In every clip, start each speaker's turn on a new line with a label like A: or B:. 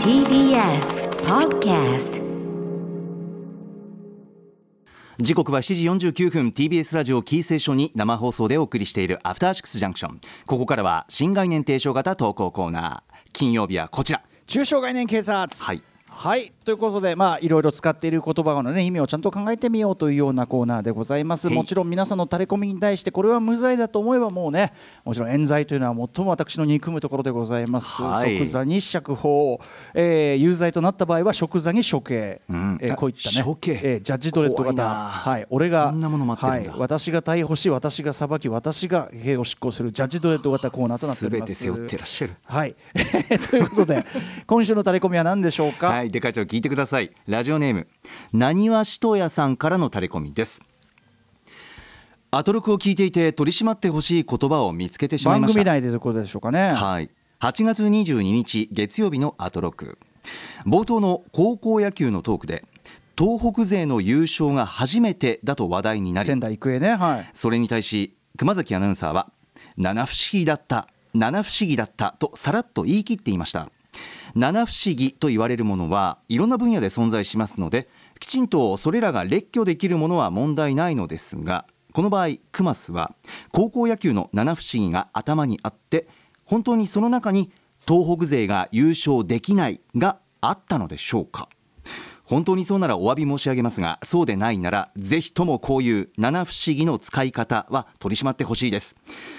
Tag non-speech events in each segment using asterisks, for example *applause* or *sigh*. A: TBS Podcast
B: 時刻は7時49分 TBS ラジオキーステーションに生放送でお送りしているアフターシックスジャンクションここからは新概念提唱型投稿コーナー金曜日はこちら
C: 中小概念警察
B: はい
C: はいということでまあいろいろ使っている言葉のね意味をちゃんと考えてみようというようなコーナーでございます
B: はい
C: もちろん皆さんのタレコミに対してこれは無罪だと思えばもうねもちろん冤罪というのは最も私の憎むところでございます、
B: はい
C: 即座に釈放、えー有罪となった場合は即座に処刑、
B: うん
C: えーこういったね
B: あ処刑
C: えージャッジドレッド
B: 怖いな
C: 型はい俺が
B: そんなもの待ってるんだ
C: はい、私が逮捕し私が裁き私が刑を執行するジャッジドレッド型コーナーとなっており
B: 全
C: ます
B: て背負ってらっしゃる
C: はい、 *laughs* ということで今週のタレコミは何でしょうか、
B: はいでかいちょ聞いてくださいラジオネームなにわしとやさんからのタレコミですアトロクを聞いていて取り締まってほしい言葉を見つけてしまい
C: 番
B: ました
C: 組内でということでしょうかね、
B: はい、8月22日月曜日のアトロック冒頭の高校野球のトークで東北勢の優勝が初めてだと話題になり
C: 仙台育英ね、はい、
B: それに対し熊崎アナウンサーは七不思議だった七不思議だったとさらっと言い切っていました七不思議と言われるものはいろんな分野で存在しますのできちんとそれらが列挙できるものは問題ないのですがこの場合クマスは高校野球の七不思議が頭にあって本当にその中に東北勢が優勝できないがあったのでしょうか本当にそうならお詫び申し上げますがそうでないならぜひともこういう七不思議の使い方は取り締まってほしいです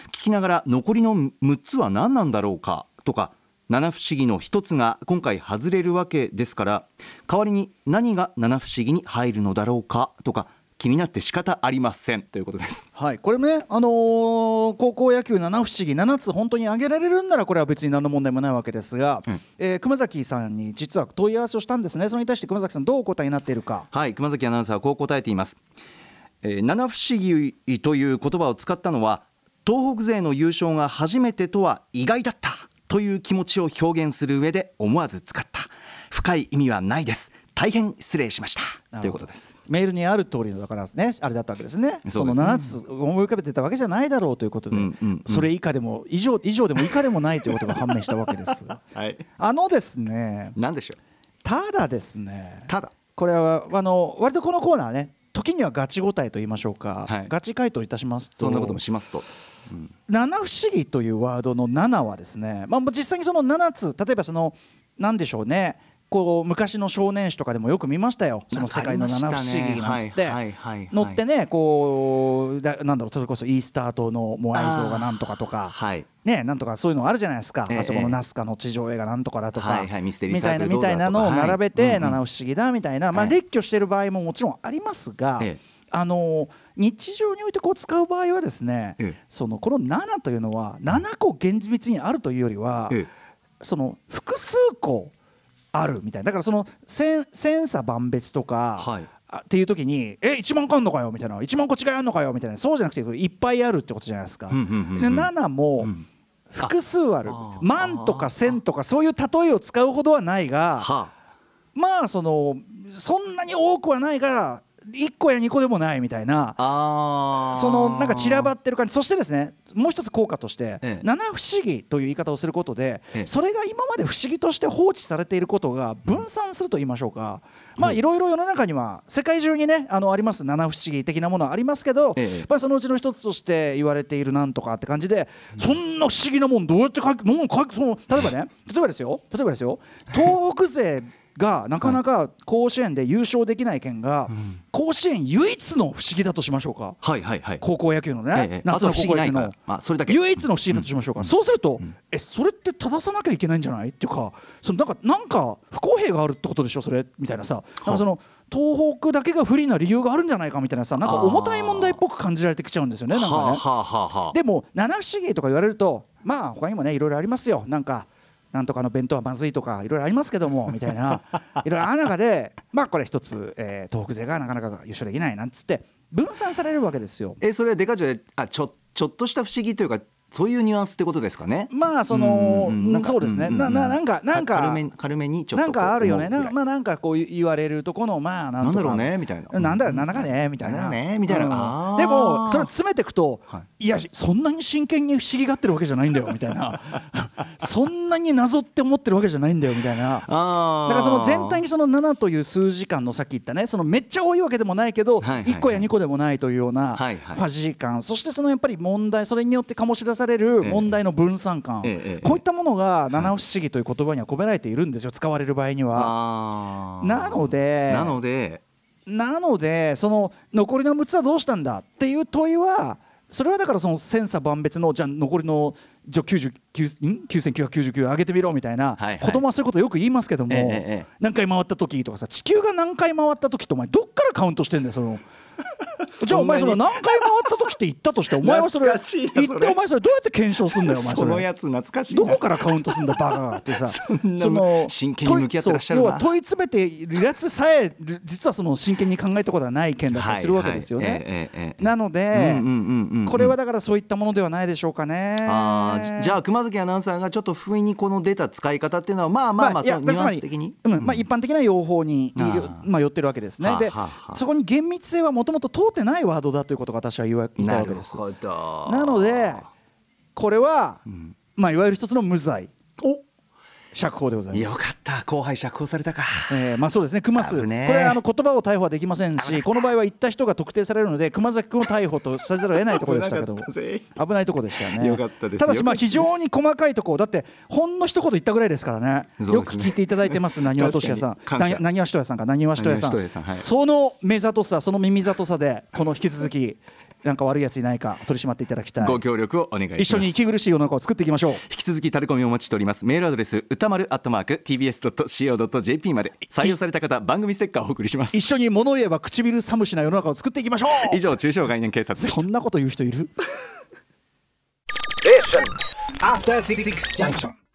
B: 聞きながら残りの6つは何なんだろうかとか七不思議の一つが今回外れるわけですから代わりに何が七不思議に入るのだろうかとか気になって仕方ありませんということです
C: はい、これもね、あのー高校野球七不思議7つ本当に挙げられるんならこれは別に何の問題もないわけですが、
B: うん
C: えー熊崎さんに実は問い合わせをしたんですねそれに対して熊崎さんどうお答えになっているか
B: はい熊崎アナウンサーはこう答えています、えー七不思議という言葉を使ったのは東北勢の優勝が初めてとは意外だったという気持ちを表現する上で思わず使った深い意味はないです大変失礼しました
C: な
B: とい
C: る
B: う
C: ほ
B: こ
C: ど
B: とです
C: メールにある通りのだからねあれだったわけですね
B: すね
C: その7つ思い浮かべてたわけじゃないだろうということで、
B: うんうんうん
C: それ以下でも以上以上でも以下でもないということが判明したわけです
B: *laughs* はい
C: あのですね
B: 何でしょう
C: ただですね
B: ただ
C: これはあの割とこのコーナーね時にはガチ答えと言いましょうか、
B: はい
C: ガチ回答いたしますと
B: そんなこともしますと
C: 七不思議というワードの7はですね、まあ、もう実際にその7つ例えばその何でしょうねこう昔の少年誌とかでもよく見ましたよその世界の七不思議なんつって乗って
B: ね
C: ねこうだなんだろうそれこそイースター島のモアイ像がなんとかとか
B: はい
C: ね、なんとかそういうのあるじゃないですか、
B: ええ
C: あそこのナスカの地上絵がなんとかだとか、
B: はいはいミステリー
C: みたい
B: サ
C: な
B: ークル
C: みたいなのを
B: どうだとか
C: 並
B: は
C: べ
B: い
C: て、
B: うんうん
C: 七不思議だみたいな、まあ、
B: ええ
C: 列挙してる場合ももちろんありますが、
B: ええ
C: あの日常においてこう使う場合はですね、
B: ええ
C: そのこの7というのは7個厳密にあるというよりは、
B: ええ
C: その複数個あるみたいなだからその千千差万別とか、
B: はい
C: あっていう時に「え1万個あんのかよ」みたいな「1万個違いあんのかよ」みたいなそうじゃなくていっぱいあるってことじゃないですか。
B: うんうんうんうん
C: で7も、
B: うん
C: 複数ある
B: あ
C: 万とか千とかそういう例えを使うほどはないが
B: は
C: まあそのそんなに多くはないが1個や2個でもないみたいな
B: ああー
C: そのなんか散らばってる感じそしてですねもう一つ効果として
B: ええ
C: 七不思議という言い方をすることで
B: ええ
C: それが今まで不思議として放置されていることが分散すると言いましょうかまあいろいろ世の中には世界中にねあのあります七不思議的なものはありますけど
B: ええ
C: まあそのうちの一つとして言われているなんとかって感じでそんな不思議なもんどうやって書くの書くその例え
B: *laughs*
C: ばね例えばですよ例えばですよ東北勢がなかなか甲子園で優勝できない県が甲子園唯一の不思議だとしましょうか。
B: はいはいはい
C: 高校野球のね、
B: ええ
C: 夏の高校野球
B: あとは不思議ない
C: の
B: からまあそれだけ
C: 唯一の不思議だとしましょうか、そうすると、えそれって正さなきゃいけないんじゃないっていうかそのなんかなんか不公平があるってことでしょそれみたいなさなんかその東北だけが不利な理由があるんじゃないかみたいなさなんか重たい問題っぽく感じられてきちゃうんですよねなんかね。
B: はあはあはあはあ
C: でも七不思議とか言われるとまあ他にもねいろいろありますよなんかなんとかの弁当はまずいとかいろいろありますけど
B: *laughs*
C: もみたいないろいろある中でまあこれ一つ、えー東北勢がなかなか優勝できないなんつって分散されるわけですよ。
B: えそれはデカジョであちょちょっとした不思議というかそういうニュアンスってことですかね。
C: まあその、
B: うんうん
C: うんそうですね、
B: んんん
C: なななんかなんか
B: 軽め軽めにちょっと
C: なんかあるよね
B: こう
C: な,、まあ、なんかこう言われるとこのまあな
B: な
C: ん
B: ん
C: とか
B: だろうねみたいな。
C: なんだろうなんだかねみたいな
B: なんだかねみたいな
C: うん
B: あー
C: でもそれ詰めていくと、、
B: はい
C: やそんなに真剣に不思議がってるわけじゃないんだよみた
B: *laughs*
C: いなそんなに謎って思ってるわけじゃないんだよみたいな
B: あ
C: だからその全体
B: に
C: にその7という数時間のさっき言ったねそのめっちゃ多いわけでもないけど
B: はいはいはい
C: 1個や2個でもないというようなフ
B: はいはい
C: ァジー感そしてそのやっぱり問題それによって醸し出される
B: ええ
C: 問題の分散感
B: ええええ
C: こういったものが七不思議という言葉には込められているんですよ使われる場合には。
B: は
C: なので
B: なので
C: なのでその残りの6つはどうしたんだっていう問いはそれはだからその千差万別のじゃあ残りのじゃあ99ん9999上げてみろみたい
B: は
C: な、
B: いはい
C: 子供はそういうことよく言いますけども、
B: ええええ
C: 何回回った時とかさ地球が何回回った時ってお前どっからカウントしてんだよその。じゃあお前その何回回った時って言ったとしてお前はそれ
B: 懐かしいなそれ
C: 言ってお前それどうやって検証すんだよお前
B: そ
C: それ
B: のやつ懐かしいな
C: どこからカウントすんだバカがってさ
B: そんな真剣に向き合ってらっしゃるな
C: 問いそう要は問い詰めているやつさえる実はその真剣に考えたことはない件だったりするわけですよね。
B: はいはいええええええ
C: なので、
B: うんうんうんうんうん
C: これはだからそういったものではないでしょうかね。
B: あーじじゃあ熊崎アナウンサーがちょっと不意にこの出た使い方っていうのはまあまあまあその
C: い
B: ニ
C: や
B: ュアンス的に
C: つまりうんまあ、一般的な用法に、
B: あー
C: よまあ、寄ってるわけですね。
B: はあ
C: で
B: はあはあ
C: そこに厳密性はもともと通ってないワードだということが私は言わ言いたい
B: な
C: わけ
B: る
C: です。
B: ほど
C: なのでこれは、
B: ん
C: まあ、いわゆる一つの無罪
B: お
C: 釈放でございます。
B: よかった後輩釈放され
C: *laughs*
B: たか
C: えーまあそうですね、熊須、
B: 危ねえ
C: これはあの言葉を逮捕はできませんし、この場合は言った人が特定されるので、熊崎君を逮捕とさざるを得ないところでしたけど
B: 危なかったぜ
C: 危ないところでしたね。
B: よかったです
C: ただし、ま
B: よかった
C: あ
B: で
C: 非
B: す
C: 常に細かいところ、だって、ほんの一言言ったぐらいですからね、
B: そうですね
C: よく聞いていただい
B: *laughs*
C: てます、なにわとしやさん
B: 確、かに感謝
C: なにわしとやさんか、なにわしとやさん、
B: なにわしとやさんはい
C: その目ざとさ、その耳ざとさで、この引き続
B: *laughs*
C: き、なんか悪いやついないか、取り締まっていただきたい。
B: ご協力をお願いします
C: 一緒に息苦しい世の中を作っていきましょう。
B: 引き続きタレコミをお待ちしておりますメールアドレス歌丸アットマーク TBS.CO.JP まで採用された方番組ステッカーをお送りします
C: 一緒に物言えば唇寒しな世の中を作っていきましょう
B: 以上中小概念警察でした
C: そんなこと言う人いる
D: After Six Junction.